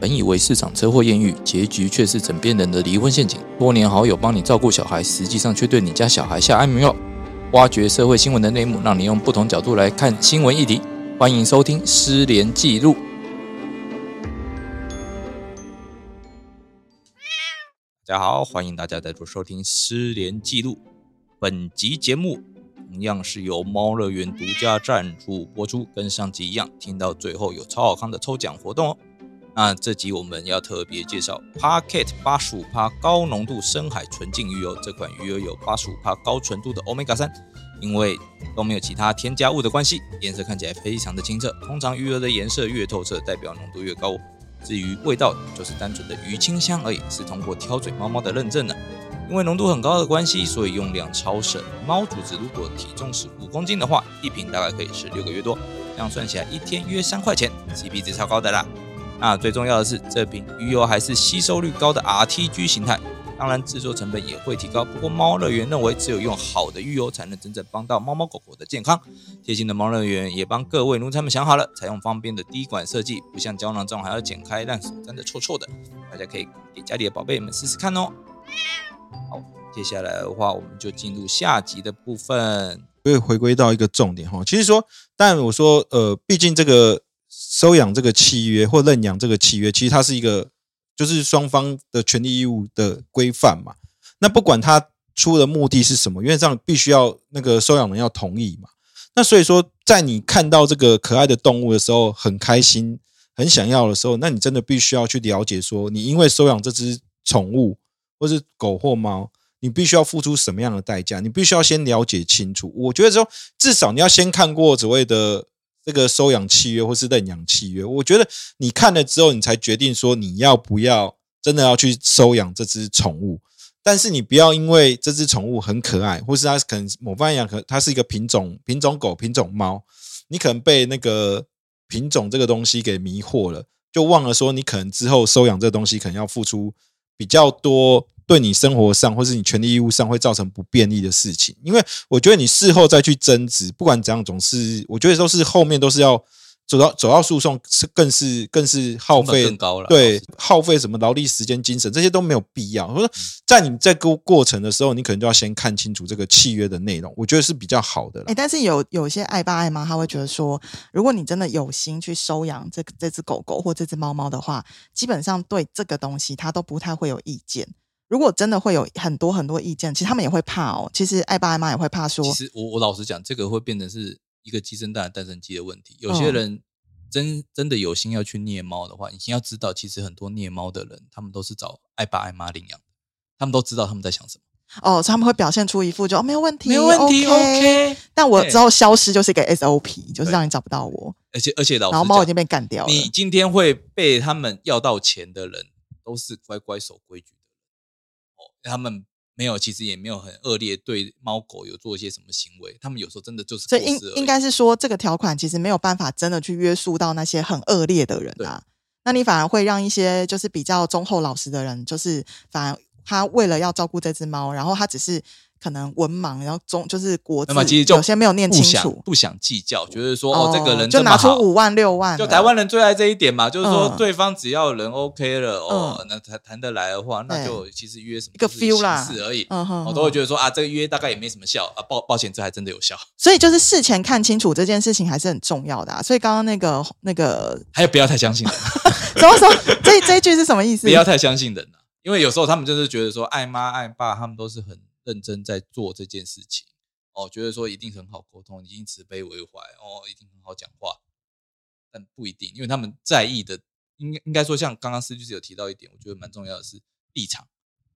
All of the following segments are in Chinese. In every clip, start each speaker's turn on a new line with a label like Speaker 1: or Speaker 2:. Speaker 1: 本以为市场车祸艳遇，结局却是枕边人的离婚陷阱。多年好友帮你照顾小孩，实际上却对你家小孩下安眠药。挖掘社会新闻的内幕，让你用不同角度来看新闻议题。欢迎收听《失联记录》。大家好，欢迎大家再度收听《失联记录》。本集节目同样是由猫乐园独家赞助播出，跟上集一样，听到最后有超好康的抽奖活动哦。那这集我们要特别介绍 Pocket 八十五帕高浓度深海纯净鱼油，这款鱼油有八十五帕高纯度的 Omega 三，因为都没有其他添加物的关系，颜色看起来非常的清澈。通常鱼油的颜色越透彻，代表浓度越高哦。至于味道，就是单纯的鱼清香而已，是通过挑嘴猫猫的认证的。因为浓度很高的关系，所以用量超省。猫主子如果体重是五公斤的话，一瓶大概可以吃六个月多，这样算起来一天约三块钱，CP 值超高的啦。那最重要的是，这瓶鱼油还是吸收率高的 RTG 形态，当然制作成本也会提高。不过猫乐园认为，只有用好的鱼油才能真正帮到猫猫狗狗的健康。贴心的猫乐园也帮各位奴才们想好了，采用方便的滴管设计，不像胶囊这种还要剪开让手沾得臭臭的。大家可以给家里的宝贝们试试看哦。好，接下来的话，我们就进入下集的部分。
Speaker 2: 所以回归到一个重点哈，其实说，但我说，呃，毕竟这个收养这个契约或认养这个契约，其实它是一个就是双方的权利义务的规范嘛。那不管他出的目的是什么，因为这样必须要那个收养人要同意嘛。那所以说，在你看到这个可爱的动物的时候，很开心、很想要的时候，那你真的必须要去了解说，你因为收养这只宠物或是狗或猫，你必须要付出什么样的代价？你必须要先了解清楚。我觉得说，至少你要先看过所谓的这个收养契约或是认养契约。我觉得你看了之后，你才决定说你要不要真的要去收养这只宠物。但是你不要因为这只宠物很可爱，或是它可能某方面讲，可它是一个品种品种狗、品种猫，你可能被那个品种这个东西给迷惑了，就忘了说你可能之后收养这个东西，可能要付出比较多对你生活上或是你权利义务上会造成不便利的事情。因为我觉得你事后再去争执，不管怎样，总是我觉得都是后面都是要。走到走到诉讼是更是更是耗
Speaker 1: 成本
Speaker 2: 费
Speaker 1: 更高了哦
Speaker 2: 对，耗费什么劳力、时间、精神，这些都没有必要。
Speaker 1: 嗯
Speaker 2: 我说，在你在过过程的时候，你可能就要先看清楚这个契约的内容，我觉得是比较好的
Speaker 3: 哎、
Speaker 2: 啦。
Speaker 3: 但是有有些爱爸爱妈，他会觉得说，如果你真的有心去收养这这只狗狗或这只猫猫的话，基本上对这个东西他都不太会有意见。如果真的会有很多很多意见，其实他们也会怕哦。其实爱爸爱妈也会怕说
Speaker 1: 其，实我我老实讲，这个会变成是一个鸡生蛋，蛋生鸡的问题。有些
Speaker 3: 哦
Speaker 1: 人真、真的有心要去虐猫的话，你先要知道，其实很多虐猫的人，他们都是找爱爸爱妈领养的，他们都知道他们在想什么，
Speaker 3: 哦，他们会表现出一副就、哦、没有问题，
Speaker 1: 没有问题
Speaker 3: OK。
Speaker 1: ，OK。
Speaker 3: 但我
Speaker 1: 对
Speaker 3: 之后消失就是一个 SOP，就是
Speaker 1: 对
Speaker 3: 让你找不到我，
Speaker 1: 而且而且老
Speaker 3: 然后
Speaker 1: 实
Speaker 3: 猫已
Speaker 1: 讲
Speaker 3: 经，被干掉了。
Speaker 1: 你今天会被他们要到钱的人，都是乖乖守规矩的人。哦，他们没有，其实也没有很恶劣对猫狗有做一些什么行为，他们有时候真的就是
Speaker 3: 所
Speaker 1: 过
Speaker 3: 以应
Speaker 1: 失而已
Speaker 3: 应该是说，这个条款其实没有办法真的去约束到那些很恶劣的人啊。那你反而会让一些就是比较忠厚老实的人，就是反而他为了要照顾这只猫，然后他只是可能文盲，然后中就是国字
Speaker 1: 那么其实就
Speaker 3: 有些没有念
Speaker 1: 不
Speaker 3: 清
Speaker 1: 想
Speaker 3: 楚。
Speaker 1: 不想计较，觉得说哦这个人
Speaker 3: 就
Speaker 1: 这么
Speaker 3: 拿出
Speaker 1: 好
Speaker 3: 五万六万了，
Speaker 1: 就台湾人最爱这一点嘛，就是说
Speaker 3: 嗯
Speaker 1: 对方只要人 OK 了，哦，那谈谈得来的话，那就其实约什么
Speaker 3: 一个
Speaker 1: 就是
Speaker 3: feel 啦
Speaker 1: 形式而已。
Speaker 3: 嗯哼，
Speaker 1: 我都会觉得说啊，这个约大概也没什么效啊，抱抱歉，这还真的有效，
Speaker 3: 所以就是事前看清楚这件事情还是很重要的啊。所以刚刚那个那个
Speaker 1: 还有不要太相信人，
Speaker 3: 什么什么这这一句是什么意思
Speaker 1: 不？要太相信人啊，因为有时候他们就是觉得说爱妈爱爸，他们都是很认真在做这件事情，哦，觉得说一定很好沟通，一定慈悲为怀，哦，一定很好讲话，但不一定，因为他们在意的，应该应该说像刚刚司机有提到一点，我觉得蛮重要的是立场。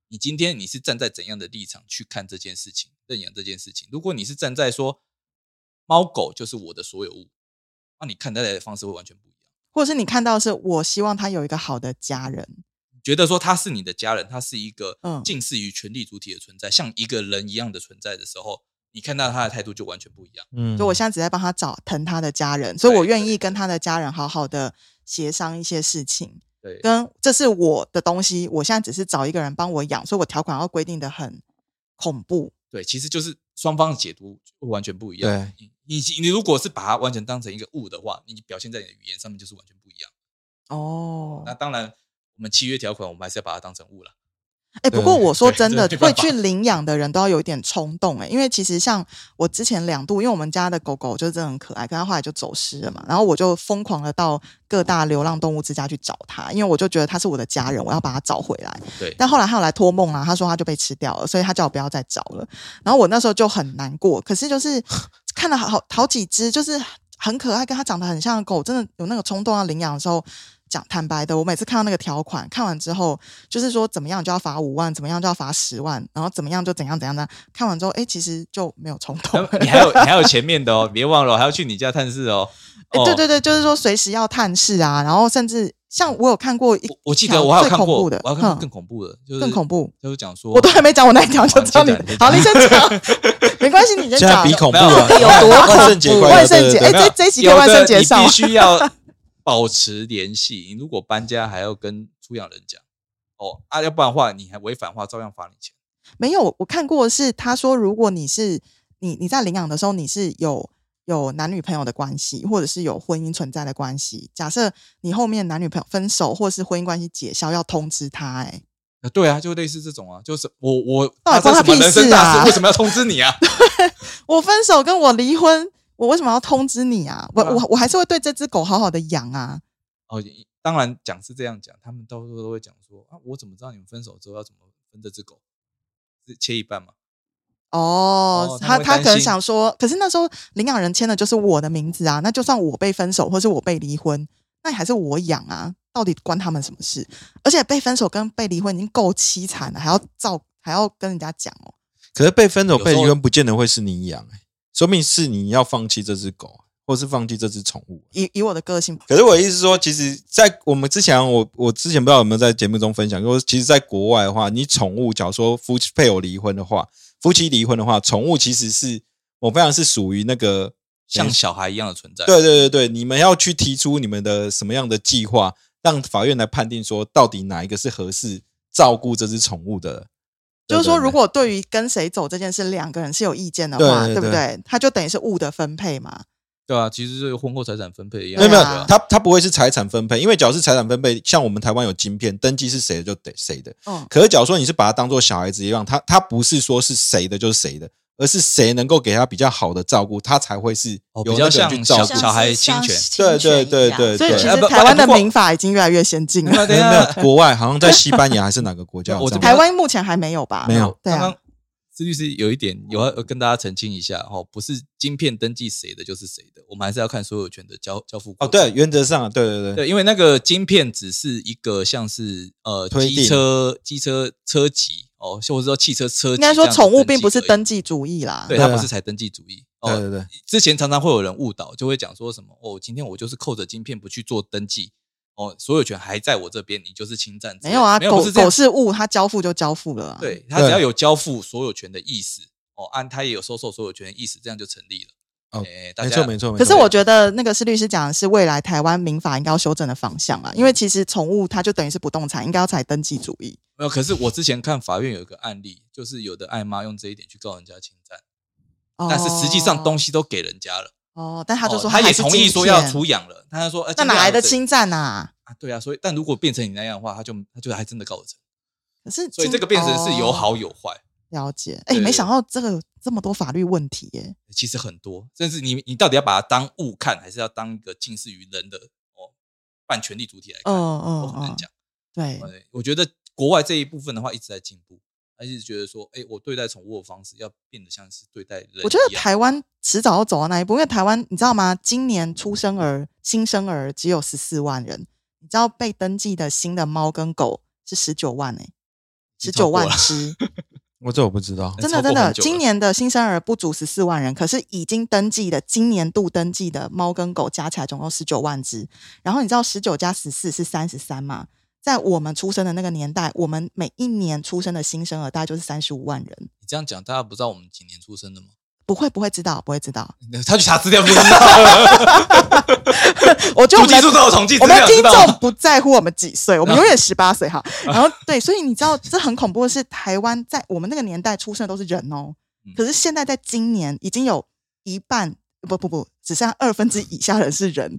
Speaker 1: 你今天你是站在怎样的立场去看这件事情、认养这件事情？如果你是站在说猫狗就是我的所有物，那你看待的方式会完全不一样。
Speaker 3: 或者是你看到的是我希望他有一个好的家人，
Speaker 1: 觉得说他是你的家人，他是一个
Speaker 3: 嗯
Speaker 1: 近似于权力主体的存在，像一个人一样的存在的时候，你看到他的态度就完全不一样。
Speaker 2: 嗯，
Speaker 3: 就我现在只在帮他找疼他的家人，所以我
Speaker 1: 对
Speaker 3: 愿
Speaker 1: 对
Speaker 3: 意跟他的家人好好的协商一些事情。
Speaker 1: 对，
Speaker 3: 跟这是我的东西，我现在只是找一个人帮我养，所以我条款要规定的很恐怖。
Speaker 1: 对，其实就是双方的解读会完全不一样。你你你如果是把它完全当成一个物的话，你表现在你的语言上面就是完全不一样。
Speaker 3: 哦
Speaker 1: 那，当然，我们契约条款我们还是要把它当成物了。
Speaker 3: 哎，不过
Speaker 2: 对
Speaker 3: 我说
Speaker 1: 对
Speaker 3: 真的
Speaker 1: 这，没
Speaker 3: 会
Speaker 1: 办法
Speaker 3: 去领养的人都要有一点冲动哎、因为其实像我之前两度，因为我们家的狗狗就是真的很可爱，可它后来就走失了嘛，然后我就疯狂的到各大流浪动物之家去找它，因为我就觉得它是我的家人，我要把它找回来。
Speaker 1: 对，
Speaker 3: 但后来他有来托梦啊，他说他就被吃掉了，所以他叫我不要再找了。然后我那时候就很难过，可是就是 看了好好几只，就是很可爱，跟它长得很像的狗，真的有那个冲动要领养的时候。讲坦白的，我每次看到那个条款，看完之后就是说怎么样就要罚五万，怎么样就要罚十万，然后怎么样就怎样怎样的。看完之后，哎，其实就没有冲动。
Speaker 1: 那你还有你还有前面的哦，别 忘了哦还要去你家探视哦。
Speaker 3: 诶
Speaker 1: 哦
Speaker 3: 哎对对对，就是说随时要探视啊，然后甚至像我有看过一
Speaker 1: 我我记
Speaker 3: 条
Speaker 1: 得我还有
Speaker 3: 最
Speaker 1: 看
Speaker 3: 恐
Speaker 1: 过，
Speaker 3: 怖
Speaker 1: 我
Speaker 3: 的
Speaker 1: 还有看过
Speaker 3: 嗯
Speaker 1: 更恐怖的，就是
Speaker 3: 更恐怖，
Speaker 1: 就是讲说
Speaker 3: 我都还没讲我那一条就
Speaker 1: 好
Speaker 3: 知道
Speaker 1: 你
Speaker 3: 你
Speaker 1: 先讲你先。讲
Speaker 3: 好，你先讲， 没关系，你先
Speaker 2: 现在
Speaker 3: 讲
Speaker 2: 比。恐怖
Speaker 1: 没有
Speaker 2: 了，
Speaker 1: 有啊
Speaker 3: 多恐怖
Speaker 2: 万圣节快乐，
Speaker 3: 万圣
Speaker 2: 对
Speaker 3: 节，
Speaker 2: 对
Speaker 3: 哎，
Speaker 1: 没有
Speaker 3: 这这一集
Speaker 1: 有
Speaker 3: 跟万
Speaker 1: 的
Speaker 3: 圣节
Speaker 1: 你
Speaker 3: 上
Speaker 1: 必，须要保持联系。你如果搬家还要跟出养人讲哦啊，要不然的话你还违反的话，照样罚你钱。
Speaker 3: 没有，我看过的是他说，如果你是你你在领养的时候，你是有有男女朋友的关系，或者是有婚姻存在的关系。假设你后面男女朋友分手，或是婚姻关系解消，要通知他、哎，
Speaker 1: 啊对啊，就类似这种啊，就是我我
Speaker 3: 到底
Speaker 1: 发生什么
Speaker 3: 关他屁
Speaker 1: 人生
Speaker 3: 事
Speaker 1: 大事，
Speaker 3: 啊
Speaker 1: 为什么要通知你啊？
Speaker 3: 我分手跟我离婚，我为什么要通知你啊？我
Speaker 1: 对啊
Speaker 3: 我我还是会对这只狗好好的养啊。
Speaker 1: 哦，也当然讲是这样讲，他们到时候都会讲说啊，我怎么知道你们分手之后要怎么分这只狗？是切一半嘛？
Speaker 3: 哦
Speaker 1: 哦，他
Speaker 3: 他
Speaker 1: 会
Speaker 3: 他
Speaker 1: 担
Speaker 3: 可能
Speaker 1: 心
Speaker 3: 想说，可是那时候领养人签的就是我的名字啊，那就算我被分手或是我被离婚，那还是我养啊，到底关他们什么事？而且被分手跟被离婚已经够凄惨了，还要照还要跟人家讲哦。
Speaker 2: 可是被分手、
Speaker 1: 有时候
Speaker 2: 被离婚，不见得会是你养、欸，说明是你要放弃这只狗，啊或是放弃这只宠物。啊
Speaker 3: 以以我的个性，
Speaker 2: 可是我的意思是说，其实，在我们之前，啊我我之前不知道有没有在节目中分享，就是其实，在国外的话，你宠物，假如说夫妻配偶离婚的话，夫妻离婚的话，宠物其实是我非常是属于那个
Speaker 1: 像小孩一样的存在。
Speaker 2: 对对对对，你们要去提出你们的什么样的计划，让法院来判定说到底哪一个是合适照顾这只宠物的。
Speaker 3: 就是
Speaker 2: 对
Speaker 3: 说，
Speaker 2: 对对
Speaker 3: 如果对于跟谁走这件事，两个人是有意见的
Speaker 2: 对
Speaker 3: 话，
Speaker 2: 对
Speaker 3: 对不
Speaker 2: 对
Speaker 3: 对？他就等于是物的分配嘛。
Speaker 1: 对啊，其实就是婚后财产分配一样。
Speaker 2: 没有没有
Speaker 3: 对啊，
Speaker 2: 它它不会是财产分配，因为假如是财产分配，像我们台湾有晶片，登记是谁的就得谁的。
Speaker 3: 嗯，
Speaker 2: 可是假如说你是把它当做小孩子一样，它它不是说是谁的就是谁的，而是谁能够给它比较好的照顾，它才会是
Speaker 1: 哦
Speaker 2: 有
Speaker 1: 比较
Speaker 2: 那个人去
Speaker 1: 像
Speaker 2: 照
Speaker 1: 小
Speaker 2: 顾。
Speaker 1: 小孩侵权
Speaker 2: 对对对对
Speaker 3: 嗯所以其
Speaker 1: 啊
Speaker 3: 实
Speaker 1: 不
Speaker 3: 台湾的
Speaker 1: 不过
Speaker 3: 民法已经越来越先进
Speaker 1: 没有
Speaker 3: 了，
Speaker 1: 等
Speaker 2: 没
Speaker 1: 一
Speaker 2: 有没
Speaker 1: 下，
Speaker 2: 有，国外好像在西班牙还是哪个国家有
Speaker 1: 我
Speaker 2: 这
Speaker 1: 这
Speaker 2: 样？
Speaker 1: 边
Speaker 3: 台湾目前还没有吧？
Speaker 2: 没有
Speaker 3: 对
Speaker 1: 刚
Speaker 3: 啊
Speaker 1: 刚。施律师有一点有要跟大家澄清一下哦，不是晶片登记谁的就是谁的，我们还是要看所有权的交交付国
Speaker 2: 哦，对，原则上对对对，
Speaker 1: 对，因为那个晶片只是一个像是呃
Speaker 2: 推定
Speaker 1: 机车机车车籍哦，或者说汽车车籍
Speaker 3: 应该说
Speaker 1: 这样的
Speaker 3: 宠物
Speaker 1: 登记
Speaker 3: 并不是
Speaker 1: 而已
Speaker 3: 登记主义啦。
Speaker 1: 对，
Speaker 2: 对
Speaker 1: 它
Speaker 2: 啊
Speaker 1: 不是才登记主义哦。
Speaker 2: 对对对
Speaker 1: 之前常常会有人误导，就会讲说什么哦，今天我就是扣着晶片不去做登记，哦，所有权还在我这边，你就是侵占之类的。
Speaker 3: 没有啊，
Speaker 1: 没有不
Speaker 3: 狗
Speaker 1: 是这样
Speaker 3: 狗。是物，它交付就交付了、啊。，
Speaker 1: 对他只要有交付所有权的意思，哦，按他也有收受所有权的意思，这样就成立了。
Speaker 2: 哦
Speaker 1: 哎大
Speaker 2: 没
Speaker 1: 家
Speaker 2: 错没错。没
Speaker 3: 可是
Speaker 2: 错
Speaker 3: 我觉得那个是律师讲的是未来台湾民法应该要修正的方向啊，因为其实宠物它就等于是不动产，应该要采登记主义。
Speaker 1: 没有，可是我之前看法院有一个案例，就是有的爱妈用这一点去告人家侵占，
Speaker 3: 哦
Speaker 1: 但是实际上东西都给人家了，
Speaker 3: 哦，但他就说
Speaker 1: 哦他
Speaker 3: 还
Speaker 1: 也
Speaker 3: 是
Speaker 1: 同意
Speaker 3: 侵
Speaker 1: 说要
Speaker 3: 权
Speaker 1: 除养了，他说，哎
Speaker 3: 那哪来的
Speaker 1: 今天
Speaker 3: 侵占啊？
Speaker 1: 啊？对啊，所以但如果变成你那样的话，他就他就还真的告得成。
Speaker 3: 可是
Speaker 1: 所以
Speaker 3: 侵
Speaker 1: 这个变成是有
Speaker 3: 哦
Speaker 1: 好有坏，
Speaker 3: 了解，哎、
Speaker 1: 对
Speaker 3: 没想到这个有这么多法律问题耶、
Speaker 1: 其实很多，甚至你你到底要把它当物看，还是要当一个近似于人的哦半权力主体来看，
Speaker 3: 嗯
Speaker 1: 都
Speaker 3: 嗯
Speaker 1: 很难
Speaker 3: 嗯，
Speaker 1: 讲。
Speaker 3: 对，
Speaker 1: 呃我觉得国外这一部分的话一直在进步，他一直觉得说，哎，我对待宠物的方式要变得像是对待人一样。
Speaker 3: 我觉得台湾迟早要走到那一步，因为台湾你知道吗？今年出生儿、新生儿只有十四万人，你知道被登记的新的猫跟狗是十九万哎、
Speaker 1: 经
Speaker 3: 十
Speaker 1: 超
Speaker 3: 九
Speaker 1: 过
Speaker 3: 万
Speaker 1: 了
Speaker 3: 只，
Speaker 2: 我这我不知道，
Speaker 1: 那
Speaker 3: 真的
Speaker 1: 超过
Speaker 3: 真的，
Speaker 1: 很久了
Speaker 3: 今年的新生儿不足十四万人，可是已经登记的今年度登记的猫跟狗加起来总共十九万只。然后你知道十九加十四是三十三嘛？在我们出生的那个年代，我们每一年出生的新生儿大概就是三十五万人。
Speaker 1: 你这样讲，大家不知道我们几年出生的吗？
Speaker 3: 不会不会知道，不会知道。
Speaker 1: 他去查资料不知 道，
Speaker 3: 我觉得
Speaker 1: 统
Speaker 3: 我们
Speaker 1: 计数都有统计资
Speaker 3: 我们
Speaker 1: 料，
Speaker 3: 听
Speaker 1: 知道啊
Speaker 3: 众
Speaker 1: 吗？
Speaker 3: 不在乎我们几岁，我们永远十八 岁哈。然后对，所以你知道这很恐怖的是，台湾在我们那个年代出生的都是人哦
Speaker 1: 嗯，
Speaker 3: 可是现在在 今年已经有一半不不不，只剩下二分之一以下的人是人。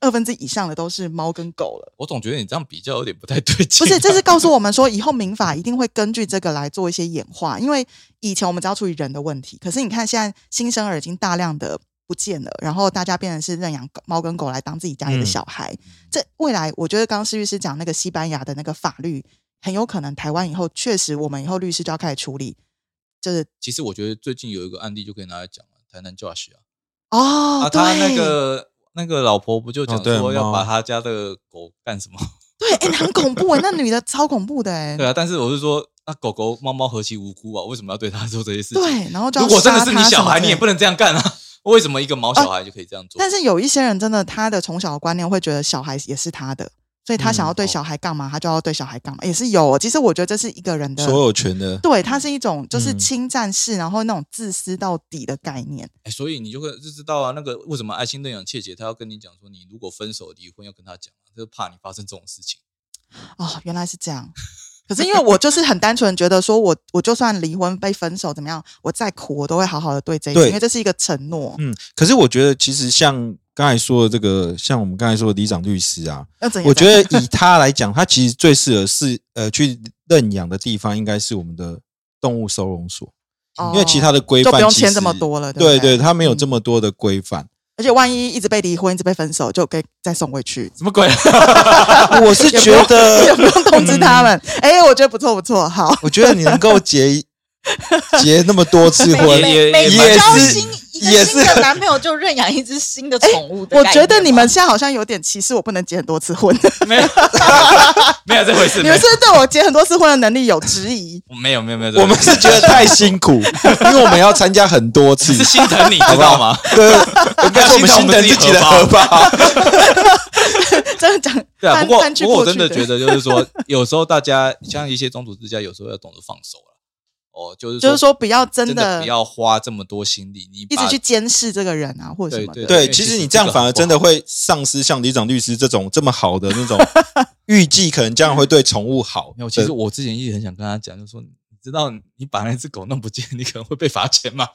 Speaker 3: 二分之以上的都是猫跟狗了。
Speaker 1: 我总觉得你这样比较有点不太对劲。
Speaker 3: 不是，这是告诉我们说，以后民法一定会根据这个来做一些演化，因为以前我们只要处理人的问题，可是你看现在新生儿已经大量的不见了，然后大家变成是认养狗猫跟狗来当自己家里
Speaker 1: 嗯
Speaker 3: 的小孩。这未来，我觉得刚刚施律师讲那个西班牙的那个法律，很有可能台湾以后确实，我们以后律师就要开始处理，就是
Speaker 1: 其实我觉得最近有一个案例就可以拿来讲了，台南 Josh 啊，
Speaker 3: 哦，
Speaker 1: 啊他
Speaker 3: 对
Speaker 1: 那个那个老婆不就
Speaker 2: 哦
Speaker 1: 讲
Speaker 2: 对
Speaker 1: 说要
Speaker 2: 猫
Speaker 1: 把他家的狗干什么？
Speaker 3: 对，哎、很恐怖哎、那女的超恐怖的哎、
Speaker 1: 对啊，但是我是说，那狗狗、猫猫何其无辜啊，为什么要对它做这些事情？
Speaker 3: 对，然后就要
Speaker 1: 如果真的
Speaker 3: 杀
Speaker 1: 是你
Speaker 3: 她
Speaker 1: 小
Speaker 3: 什么
Speaker 1: 孩，
Speaker 3: 之
Speaker 1: 你也
Speaker 3: 类
Speaker 1: 不能这样干啊！ 为什么一个毛小孩就可以这样做？
Speaker 3: 但是有一些人真的，他的从小的观念会觉得小孩也是他的，所以他
Speaker 2: 嗯
Speaker 3: 想要对小孩干嘛，他就要对小孩干嘛，也是有哦。其实我觉得这是一个人的，
Speaker 2: 所有权的，
Speaker 3: 对，它是一种就是
Speaker 2: 嗯
Speaker 3: 侵占式，然后那种自私到底的概念。
Speaker 1: 哎、所以你就会就知道啊，那个为什么爱心认养切结，他要跟你讲说，你如果分手离婚要跟他讲啊，就是怕你发生这种事情。
Speaker 3: 哦，原来是这样。可 是因为我就是很单纯觉得说我我就算离婚被分手怎么样，我再苦我都会好好的对这一次，
Speaker 2: 对
Speaker 3: 因为这是一个承诺，
Speaker 2: 嗯，可是我觉得其实像刚才说的这个，像我们刚才说的李长律师啊，
Speaker 3: 要怎样？
Speaker 2: 我觉得以他来讲，他其实最适合是呃去认养的地方，应该是我们的动物收容所，因为其他
Speaker 3: 哦
Speaker 2: 的规
Speaker 3: 就
Speaker 2: 范
Speaker 3: 不用
Speaker 2: 其
Speaker 3: 签
Speaker 2: 实
Speaker 3: 这么，多了，
Speaker 2: 对
Speaker 3: 不
Speaker 2: 对，
Speaker 3: 对
Speaker 2: 他没有这
Speaker 3: 嗯
Speaker 2: 么多的规 范。
Speaker 3: 而且万一一直被离婚，一直被分手，就可以再送回去。
Speaker 1: 什么鬼？
Speaker 2: 我是觉
Speaker 3: 也
Speaker 2: 得，
Speaker 3: 不用通知他们。
Speaker 1: 嗯
Speaker 3: 哎、我觉得不错不错，好，
Speaker 2: 我觉得你能够结 结那么多次婚，
Speaker 1: 也也
Speaker 4: 每
Speaker 1: 也
Speaker 4: 每交
Speaker 2: 蛮
Speaker 4: 新一
Speaker 2: 也
Speaker 4: 个
Speaker 2: 是
Speaker 4: 新的男朋友就认养一只新的宠物的
Speaker 3: 哎我
Speaker 4: 概念吧
Speaker 3: 觉得你们现在好像有点歧视我，不能结很多次婚。
Speaker 1: 没有 没有这回事，
Speaker 3: 你
Speaker 1: 没
Speaker 3: 们
Speaker 1: 有
Speaker 3: 是不是对我结很多次婚的能力有质疑？
Speaker 1: 没有没有 没有这回事，
Speaker 2: 我们是觉得太辛苦，因为我们要参加很多
Speaker 1: 只
Speaker 2: 次
Speaker 1: 是，心 疼你，知道吗？
Speaker 2: 对，应该是我们心疼自己的荷包。
Speaker 3: 真的讲，
Speaker 1: 对啊，
Speaker 3: 翻
Speaker 1: 不过
Speaker 3: 翻去
Speaker 1: 不过我
Speaker 3: 过
Speaker 1: 真
Speaker 3: 去
Speaker 1: 的
Speaker 3: 的
Speaker 1: 觉得就是说， 有时候大家像一些宗族之家，有时候要懂得放手了。哦，就是
Speaker 3: 就是说不要真
Speaker 1: 真
Speaker 3: 的
Speaker 1: 不要花这么多心力，你
Speaker 3: 一直
Speaker 1: 把
Speaker 3: 去监视这个人啊，或者什么的。
Speaker 1: 对对
Speaker 2: 对，其
Speaker 1: 其实
Speaker 2: 实你
Speaker 1: 这
Speaker 2: 这样
Speaker 1: 个
Speaker 2: 反而
Speaker 1: 很不
Speaker 2: 真的会丧失像李长律师这种这么好的那种预计，可能这样会对宠物好
Speaker 1: 没
Speaker 2: 的。
Speaker 1: 有，其实我之前一直很想跟他讲，就说你知道你把那只狗弄不见， 你可能会被罚钱嘛。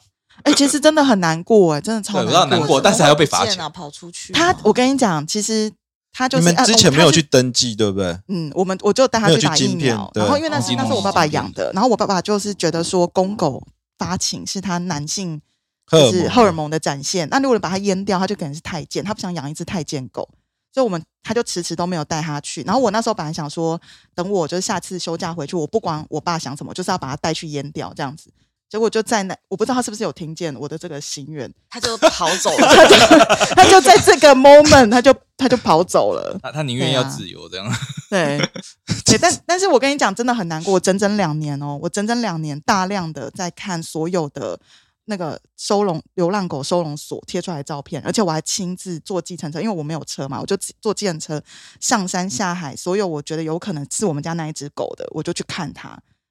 Speaker 3: 哎、其实真的很难过、哎，真的超
Speaker 1: 对我知道难过
Speaker 3: 的
Speaker 1: 但是还要被罚钱
Speaker 4: 怎么会不见啊，跑出去啊。
Speaker 3: 他，我跟你讲，其实他就
Speaker 2: 你
Speaker 3: 是
Speaker 2: 们
Speaker 3: 啊
Speaker 2: 之
Speaker 3: 我
Speaker 2: 前没有
Speaker 3: 他是
Speaker 2: 去登记，对不对？
Speaker 3: 嗯，我们我就带他
Speaker 2: 没有
Speaker 3: 去
Speaker 2: 去
Speaker 3: 打疫
Speaker 2: 晶片
Speaker 3: 苗，
Speaker 2: 对
Speaker 3: 然后因为那
Speaker 1: 哦
Speaker 3: 是那是我爸爸养的，然后我爸爸就是觉得说公狗发情是他男性
Speaker 2: 荷
Speaker 3: 就
Speaker 2: 尔
Speaker 3: 是
Speaker 2: 蒙
Speaker 3: 荷尔蒙的展现，那如果把它阉掉，它就可能是太监，他不想养一只太监狗。所以我们他就迟迟都没有带他去，然后我那时候本来想说，等我就是下次休假回去，我不管我爸想什么，就是要把它带去阉掉这样子。结果就在那，我不知道他是不是有听见我的这个心愿，
Speaker 4: 他就跑走 了。
Speaker 3: 他就他就在这个 moment，他就他就跑走了。
Speaker 1: 他他宁愿要
Speaker 3: 对啊
Speaker 1: 自由这样。
Speaker 3: 对，对，但但是我跟你讲，真的很难过，我整整两年哦，我整整两年大量的在看所有的那个收容流浪狗收容所贴出来的照片，而且我还亲自坐计程车，因为我没有车嘛，我就自坐计程车上
Speaker 1: 嗯
Speaker 3: 山下海，所有我觉得有可能是我们家那一只狗的，我就去看它，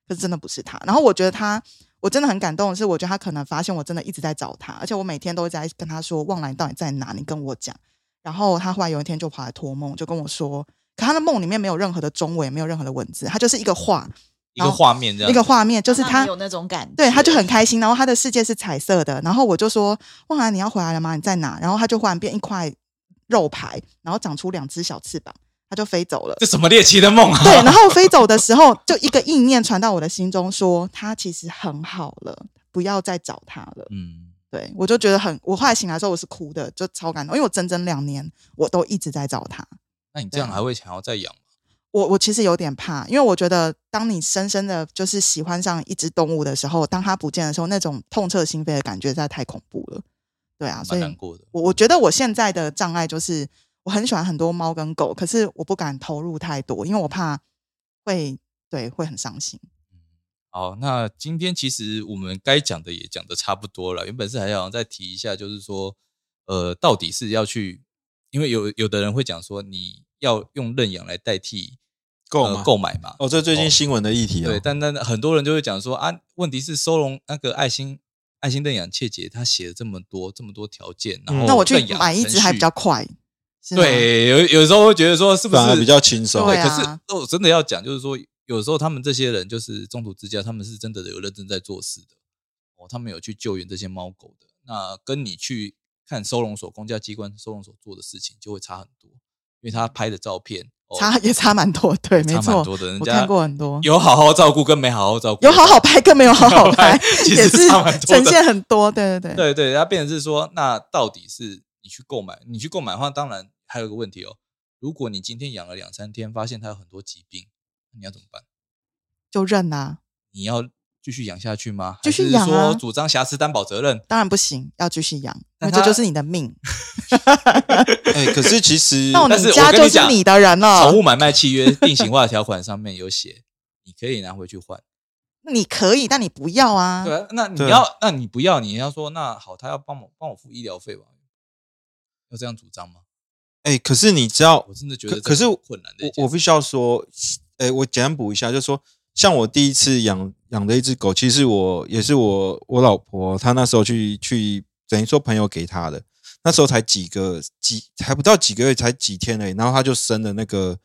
Speaker 3: 可是真的不是它。然后我觉得它。我真的很感动的是，我觉得它可能发现我真的一直在找它，而且我每天都在跟它说：“旺来你到底在哪？你跟我讲。”然后他后来有一天就跑来托梦，就跟我说，可他的梦里面没有任何的中文，也没有任何的文字，他就是一个画，
Speaker 1: 一个画面这样，啊
Speaker 3: 一个画面，就是
Speaker 4: 让
Speaker 3: 他
Speaker 4: 你有那种感觉，
Speaker 3: 对，他就很开心，然后他的世界是彩色的，然后我就说，哇，你要回来了吗？你在哪？然后他就忽然变一块肉排，然后长出两只小翅膀，他就飞走了。
Speaker 1: 这什么猎奇的梦 啊！
Speaker 3: 对，然后飞走的时候，就一个意念传到我的心中说他其实很好了，不要再找他了。
Speaker 1: 嗯，
Speaker 3: 对我就觉得很，我后来醒来的时候我是哭的，就超感动，因为我整整两年我都一直在找他。
Speaker 1: 那你这
Speaker 3: 啊
Speaker 1: 样还会想要再养吗？
Speaker 3: 我我其实有点怕，因为我觉得当你深深的就是喜欢上一只动物的时候，当它不见的时候，那种痛彻心扉的感觉实在太恐怖了。对啊，所
Speaker 1: 蛮
Speaker 3: 以
Speaker 1: 难过的。
Speaker 3: 我我觉得我现在的障碍就是我很喜欢很多猫跟狗，可是我不敢投入太多，因为我怕会对会很伤心。
Speaker 1: 好，那今天其实我们该讲的也讲的差不多了。原本是还想再提一下，就是说，呃，到底是要去，因为有有的人会讲说，你要用认养来代替
Speaker 2: 购
Speaker 1: 呃
Speaker 2: 买
Speaker 1: 购买嘛。
Speaker 2: 哦，这最近
Speaker 1: 哦
Speaker 2: 新闻的议题
Speaker 1: 对，
Speaker 2: 哦，
Speaker 1: 但但很多人就会讲说啊，问题是收容那个爱心爱心认养切结，他写了这么多这么多条件，然后、
Speaker 2: 嗯
Speaker 3: 那我去买一只还比较。啊快，是吗，
Speaker 1: 对，有有时候会觉得说是不
Speaker 2: 反而
Speaker 1: 是
Speaker 2: 比较轻松。
Speaker 3: 对啊
Speaker 1: 可是我真的要讲，就是说，有时候他们这些人就是中途之家，他们是真的有认真在做事的哦，他们有去救援这些猫狗的。那跟你去看收容所、公家机关、收容所做的事情就会差很多，因为他拍的照片、哦、
Speaker 3: 差也差蛮多，对，没
Speaker 1: 差蛮
Speaker 3: 错，
Speaker 1: 多的，人
Speaker 3: 我
Speaker 1: 家
Speaker 3: 看过很多，
Speaker 1: 有好好照顾跟没好好照顾，
Speaker 3: 有好好。拍跟没有好好拍，
Speaker 1: 其
Speaker 3: 也
Speaker 1: 实
Speaker 3: 是
Speaker 1: 差蛮多的
Speaker 3: 呈现很多，对对
Speaker 1: 对
Speaker 3: 对，
Speaker 1: 对，它变成是说，那到底是你去购买，你去购买的话，当然还有一个问题哦，如果你今天养了两三天，发现它有很多疾病，那你要怎么办？
Speaker 3: 就认啊，
Speaker 1: 你要继续养下去吗？
Speaker 3: 继续
Speaker 1: 还是
Speaker 3: 养啊
Speaker 1: 说主张瑕疵担保责任，
Speaker 3: 当然不行，要继续养，因
Speaker 1: 那
Speaker 3: 为这
Speaker 1: 他
Speaker 3: 就是你的命，
Speaker 2: 哎，可是其 实
Speaker 3: 到
Speaker 1: 但是
Speaker 3: 你
Speaker 1: 我
Speaker 3: 家
Speaker 1: 跟
Speaker 3: 就
Speaker 1: 你
Speaker 3: 是
Speaker 1: 讲
Speaker 3: 你的人哦了
Speaker 1: 宠，物买卖契约定型化的条款上面有写，你可以拿回去换。
Speaker 3: 你可以，但你不要啊，
Speaker 1: 对啊，那你
Speaker 2: 对
Speaker 1: 要，那你不要，你要说那好，他要帮我帮我付医疗费吧？要这样主张吗？
Speaker 2: 哎，可是你知道
Speaker 1: 我，真的觉得
Speaker 2: 可可是
Speaker 1: 这很困难的一
Speaker 2: 我
Speaker 1: 件
Speaker 2: 我
Speaker 1: 事
Speaker 2: 必须要说，哎，我简单补一下，就是说，像我第一次养养的一只狗，其实我也是我我老婆她那时候去去等于说朋友给她的，那时候才几个几还不到几个月，才几天而已，然后她就生了那个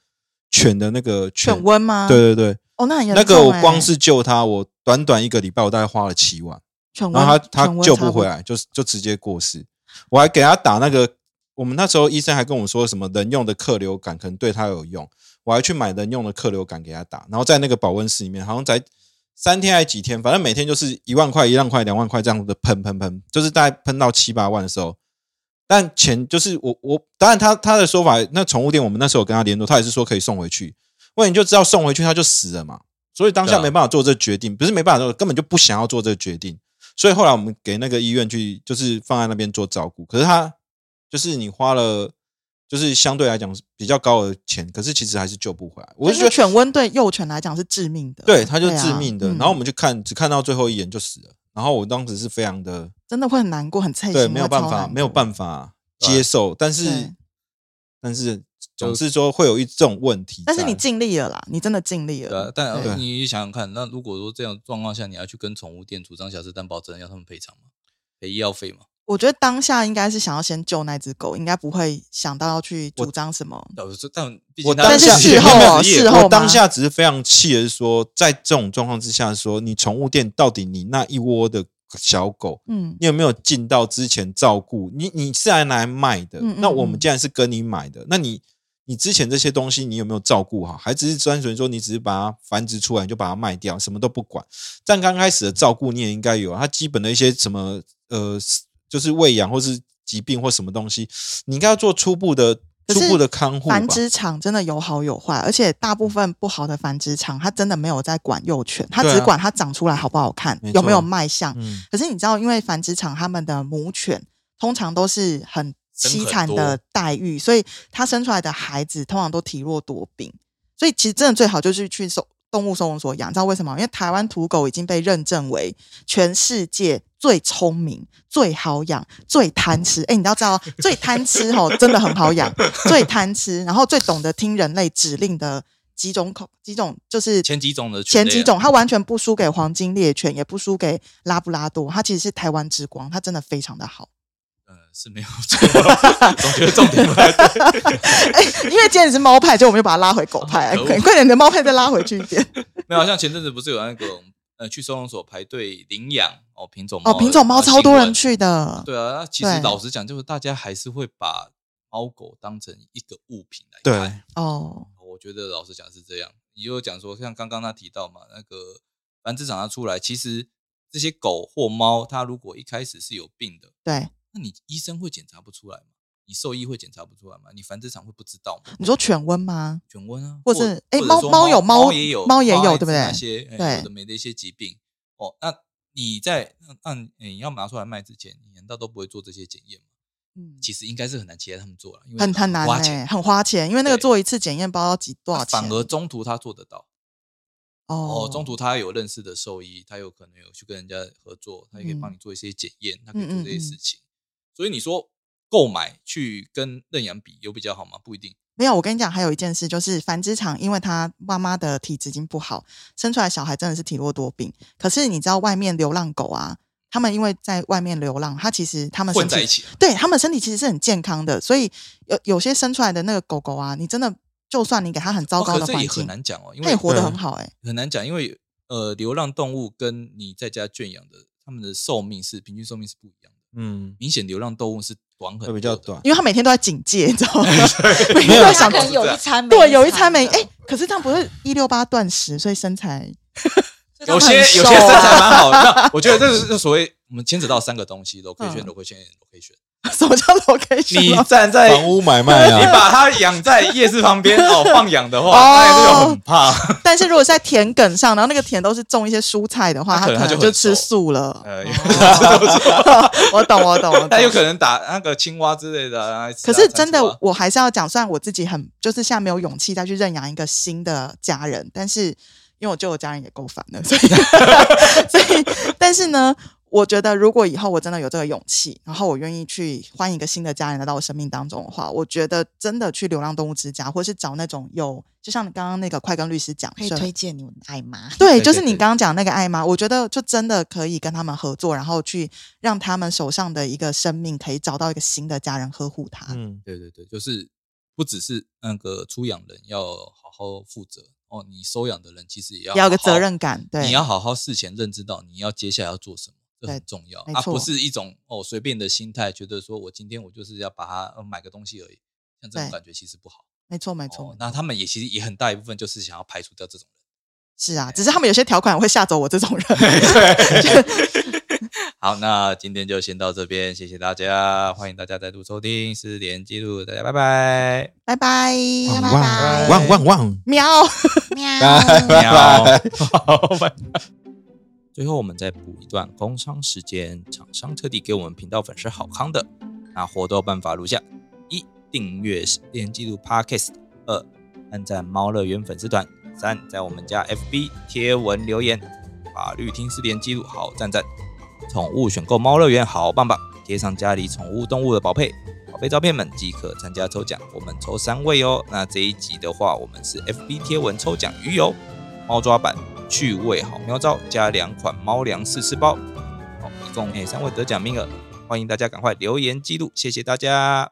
Speaker 2: 犬的那个犬
Speaker 3: 犬，瘟吗？
Speaker 2: 对，对对，
Speaker 3: 哦，那很严重
Speaker 2: 那
Speaker 3: 欸，
Speaker 2: 个我光是救它，我短短一个礼拜，我大概花了七万。
Speaker 3: 犬瘟，
Speaker 2: 然后他
Speaker 3: 犬
Speaker 2: 他
Speaker 3: 瘟
Speaker 2: 救
Speaker 3: 差
Speaker 2: 不回来，就是就直接过世。我还给他打那个，我们那时候医生还跟我说什么人用的客流感可能对他有用，我还去买人用的客流感给他打，然后在那个保温室里面，好像才三天还是几天，反正每天就是一万块、一万块、两万块这样子的喷喷喷，就是大概喷到七八万的时候。但钱就是我我当然他他的说法，那宠物店我们那时候有跟他联络，他也是说可以送回去，问你就知道送回去他就死了嘛，所以当下
Speaker 1: 对啊
Speaker 2: 没办法做这决定，不是没办法做，根本就不想要做这个决定。所以后来我们给那个医院去，就是放在那边做照顾。可是他就是你花了，就是相对来讲是比较高的钱，可是其实还是救不回来。我
Speaker 3: 但
Speaker 2: 就是觉得，
Speaker 3: 犬瘟对幼犬来讲是致命的，
Speaker 2: 对，他就
Speaker 3: 啊
Speaker 2: 致命的。
Speaker 3: 嗯
Speaker 2: 然后我们就看，只看到最后一眼就死了。然后我当时是非常的，
Speaker 3: 真的会很难过，很刺心，
Speaker 2: 对，没有
Speaker 3: 会超
Speaker 2: 办法，
Speaker 3: 难
Speaker 2: 没有
Speaker 3: 过
Speaker 2: 办法
Speaker 1: 对
Speaker 2: 接受。但
Speaker 3: 对
Speaker 2: 是，但是总
Speaker 1: 就是
Speaker 2: 说会有一这种问题在。
Speaker 3: 但是你尽力了啦，你真的尽力
Speaker 1: 对啊
Speaker 3: 了，，
Speaker 1: 但
Speaker 2: 对
Speaker 1: 呃你想想看，那如果说这样状况下，你要去跟宠物店主张瑕疵担保责任，要他们赔偿吗？赔医药费吗？
Speaker 3: 我觉得当下应该是想要先救那只狗，应该不会想到要去主张什么。
Speaker 1: 但是呃但毕
Speaker 2: 我
Speaker 1: 竟他
Speaker 2: 当
Speaker 3: 但是
Speaker 2: 下
Speaker 3: 事后哦
Speaker 2: 没有没有
Speaker 3: 事后吗
Speaker 2: 我当下只是非常气的是说，在这种状况之下说，你宠物店到底你那一窝的小狗。
Speaker 3: 嗯，
Speaker 2: 你有没有尽到之前照顾？你你是来拿来卖的，
Speaker 3: 嗯嗯
Speaker 2: 那我们
Speaker 3: 嗯
Speaker 2: 既然是跟你买的，那你你之前这些东西你有没有照顾好？还只是单纯说你只是把它繁殖出来你就把它卖掉，什么都不管？但刚开始的照顾你也应该有啊，它基本的一些什么呃，就是喂养或是疾病或什么东西，你应该要做初步的
Speaker 3: 可
Speaker 2: 初
Speaker 3: 是
Speaker 2: 步的看护吧。
Speaker 3: 繁殖场真的有好有坏，而且大部分不好的繁殖场，它真的没有在管幼犬，它
Speaker 2: 对啊
Speaker 3: 只管它长出来好不好看
Speaker 2: 没，错
Speaker 3: 有没有卖相。
Speaker 2: 嗯，
Speaker 3: 可是你知道，因为繁殖场他们的母犬通常都是很
Speaker 1: 生
Speaker 3: 凄
Speaker 1: 很
Speaker 3: 惨的
Speaker 1: 多
Speaker 3: 待遇，所以它生出来的孩子通常都体弱多病。所以其实真的最好就是去收动物收容所养，你知道为什么吗？因为台湾土狗已经被认证为全世界最聪明、最好养、最贪吃。哎，你要知道，最贪吃吼真的很好养，最贪吃，然后最懂得听人类指令的几种口几种就 是
Speaker 1: 前几种的犬
Speaker 3: 前
Speaker 1: 类啊
Speaker 3: 几种，它完全不输给黄金猎犬，也不输给拉布拉多，它其实是台湾之光，它真的非常的 好。
Speaker 1: 嗯是没有错， 总觉得重点不太对。
Speaker 3: 哎、因为今天你是猫派，所以我们就把它拉回狗派，
Speaker 1: 可恶
Speaker 3: 快快点，你的猫派再拉回去一点。
Speaker 1: 没有，像前阵子不是有那个呃去收容所排队领养 哦品种猫
Speaker 3: 哦，
Speaker 1: 的
Speaker 3: 品种猫
Speaker 1: 啊
Speaker 3: 超多
Speaker 1: 新
Speaker 3: 人
Speaker 1: 闻
Speaker 3: 去的，
Speaker 1: 对啊，那其
Speaker 3: 对
Speaker 1: 实老实讲，就是大家还是会把猫狗当成一个物品来
Speaker 2: 对
Speaker 1: 看。
Speaker 3: 哦，
Speaker 1: 我觉得老实讲是这样。也有讲说，像刚刚他提到嘛，那个繁殖场它出来，其实这些狗或猫，它如果一开始是有病的，
Speaker 3: 对，
Speaker 1: 那你医生会检查不出来吗？你兽医会检查不出来吗？你繁殖场会不知道吗？
Speaker 3: 你说犬瘟吗？
Speaker 1: 犬瘟啊，
Speaker 3: 或
Speaker 1: 者
Speaker 3: 是诶
Speaker 1: 或者
Speaker 3: 猫
Speaker 1: 说
Speaker 3: 猫有猫
Speaker 1: 也有
Speaker 3: 猫也有
Speaker 1: 艾滋
Speaker 3: 对不对
Speaker 1: 那些
Speaker 3: 对
Speaker 1: 诶有的没的一些疾病哦，那你在那那你要拿出来卖之前，你难道都不会做这些检验吗？
Speaker 3: 嗯，
Speaker 1: 其实应该是很难期待他们做了，因为
Speaker 3: 很很难
Speaker 1: 花
Speaker 3: 哎、
Speaker 1: 钱，
Speaker 3: 很花钱，因为那个
Speaker 1: 对
Speaker 3: 做一次检验包要几多少
Speaker 1: 那
Speaker 3: 钱？
Speaker 1: 反而中途他做得到。
Speaker 3: 哦
Speaker 1: 哦，中途他有认识的兽医，他有可能有去跟人家合作，他也可以
Speaker 3: 嗯
Speaker 1: 帮你做一些检验，他可以做这些事情。所以你说购买去跟认养比有比较好吗？不一定。
Speaker 3: 没有，我跟你讲，还有一件事就是繁殖场，因为它妈妈的体质已经不好，生出来小孩真的是体弱多病。可是你知道，外面流浪狗啊，他们因为在外面流浪，它其实他们身
Speaker 1: 混在
Speaker 3: 体
Speaker 1: 一起啊，
Speaker 3: 对他们身体其实是很健康的，所以有有些生出来的那个狗狗啊，你真的就算你给它很糟
Speaker 1: 哦
Speaker 3: 糕
Speaker 1: 可
Speaker 3: 的
Speaker 1: 是这
Speaker 3: 环
Speaker 1: 也很
Speaker 3: 境，
Speaker 1: 难讲哦，因
Speaker 3: 它也
Speaker 1: 为
Speaker 3: 活得
Speaker 2: 对
Speaker 3: 很好哎、
Speaker 1: 很难讲，因为呃，流浪动物跟你在家圈养的，它们的寿命是平均寿命是不一样的。
Speaker 2: 嗯，
Speaker 1: 明显流浪动物是短很
Speaker 2: 会
Speaker 1: 多，
Speaker 2: 比较。短。
Speaker 3: 因为他每天都在警戒，你知道吗？
Speaker 1: 哎
Speaker 3: 每
Speaker 2: 没有
Speaker 3: 天都在
Speaker 4: 他
Speaker 3: 想
Speaker 4: 可，能有一餐没
Speaker 3: 对，有一餐没
Speaker 4: 的
Speaker 3: 哎、可是这样不是一六八断食，所以身材
Speaker 1: 有些有些
Speaker 3: 他
Speaker 1: 身
Speaker 3: 们很瘦啊
Speaker 1: 材蛮好的，那我觉得这是这所谓我们牵扯到三个东 西：location、
Speaker 3: 嗯
Speaker 1: location、location。
Speaker 3: 什么叫 location？
Speaker 1: 你
Speaker 3: 啊
Speaker 1: 站在
Speaker 2: 房屋买卖
Speaker 1: 你
Speaker 2: 啊，
Speaker 1: 把它养在夜市旁边哦，放养的 话，
Speaker 3: 哦
Speaker 1: 那也是有很怕。
Speaker 3: 但是如果是在田埂上，然后那个田都是种一些蔬菜的话，
Speaker 1: 他
Speaker 3: 他
Speaker 1: 可能
Speaker 3: 能
Speaker 1: 他就
Speaker 3: 就
Speaker 1: 很瘦
Speaker 3: 吃素了。哦
Speaker 1: 呃，
Speaker 3: 我懂，我懂，我
Speaker 1: 它有
Speaker 3: 懂。
Speaker 1: 可能打那个青蛙之类的啊。
Speaker 3: 可是真
Speaker 1: 蟾蜍啊
Speaker 3: 的，我还是要讲，虽然我自己很就是现在没有勇气再去认养一个新的家人，但是因为我觉得我家人也够烦了，所以 所以，但是呢，我觉得如果以后我真的有这个勇气，然后我愿意去欢迎一个新的家人来到我生命当中的话，我觉得真的去流浪动物之家，或是找那种有，就像你刚刚那个快跟律师讲，
Speaker 4: 可以
Speaker 3: 是
Speaker 4: 推荐你们的爱妈，
Speaker 1: 对
Speaker 3: 对，就
Speaker 1: 对
Speaker 3: 是
Speaker 1: 对
Speaker 3: 你刚刚讲那个爱妈，我觉得就真的可以跟他们合作，然后去让他们手上的一个生命可以找到一个新的家人呵护他。
Speaker 2: 嗯，
Speaker 1: 对对对，就是不只是那个出养人要好好负责哦，你收养的人其实也要
Speaker 3: 要有个
Speaker 1: 好好
Speaker 3: 责任感，对，
Speaker 1: 你要好好事前认知到你要接下来要做什么，这很
Speaker 3: 对
Speaker 1: 重要
Speaker 3: 没
Speaker 1: 啊，
Speaker 3: 错
Speaker 1: 不是一种哦随便的心态，觉得说我今天我就是要把它、呃、买个东西而已，像这种
Speaker 3: 对
Speaker 1: 感觉其实不好。
Speaker 3: 没错没
Speaker 1: 没
Speaker 3: 错，没
Speaker 1: 哦那
Speaker 3: 错
Speaker 1: 他们也其实也很大一部分就是想要排除掉这种
Speaker 3: 是啊，只是他们有些条款会吓走我这种 人。
Speaker 1: 人。好，那今天就先到这边，谢谢大家，欢迎大家再度收听失联记录，大家拜拜。
Speaker 3: 拜拜，
Speaker 2: 旺
Speaker 4: 拜拜
Speaker 3: 啊
Speaker 2: 旺旺
Speaker 3: 嗯
Speaker 2: 旺旺。
Speaker 3: 喵。
Speaker 4: 喵。
Speaker 1: 拜 拜。最后，我们再补一段工商时间，厂商特地给我们频道粉丝好康的。那活动办法如下：一、订阅失恋记录 Podcast；二、按赞猫乐园粉丝团；三、在我们家 FB 贴文留言。法律听失联记录好赞赞，宠物选购猫乐园好棒棒，贴上家里宠物动物的宝贝。宝贝照片们即可参加抽奖，我们抽三位哦。那这一集的话，我们是 FB 贴文抽奖鱼油、猫抓板、趣味好喵招加两款猫粮试吃哎包，好，一共诶三位得奖名额，欢迎大家赶快留言记录，谢谢大家。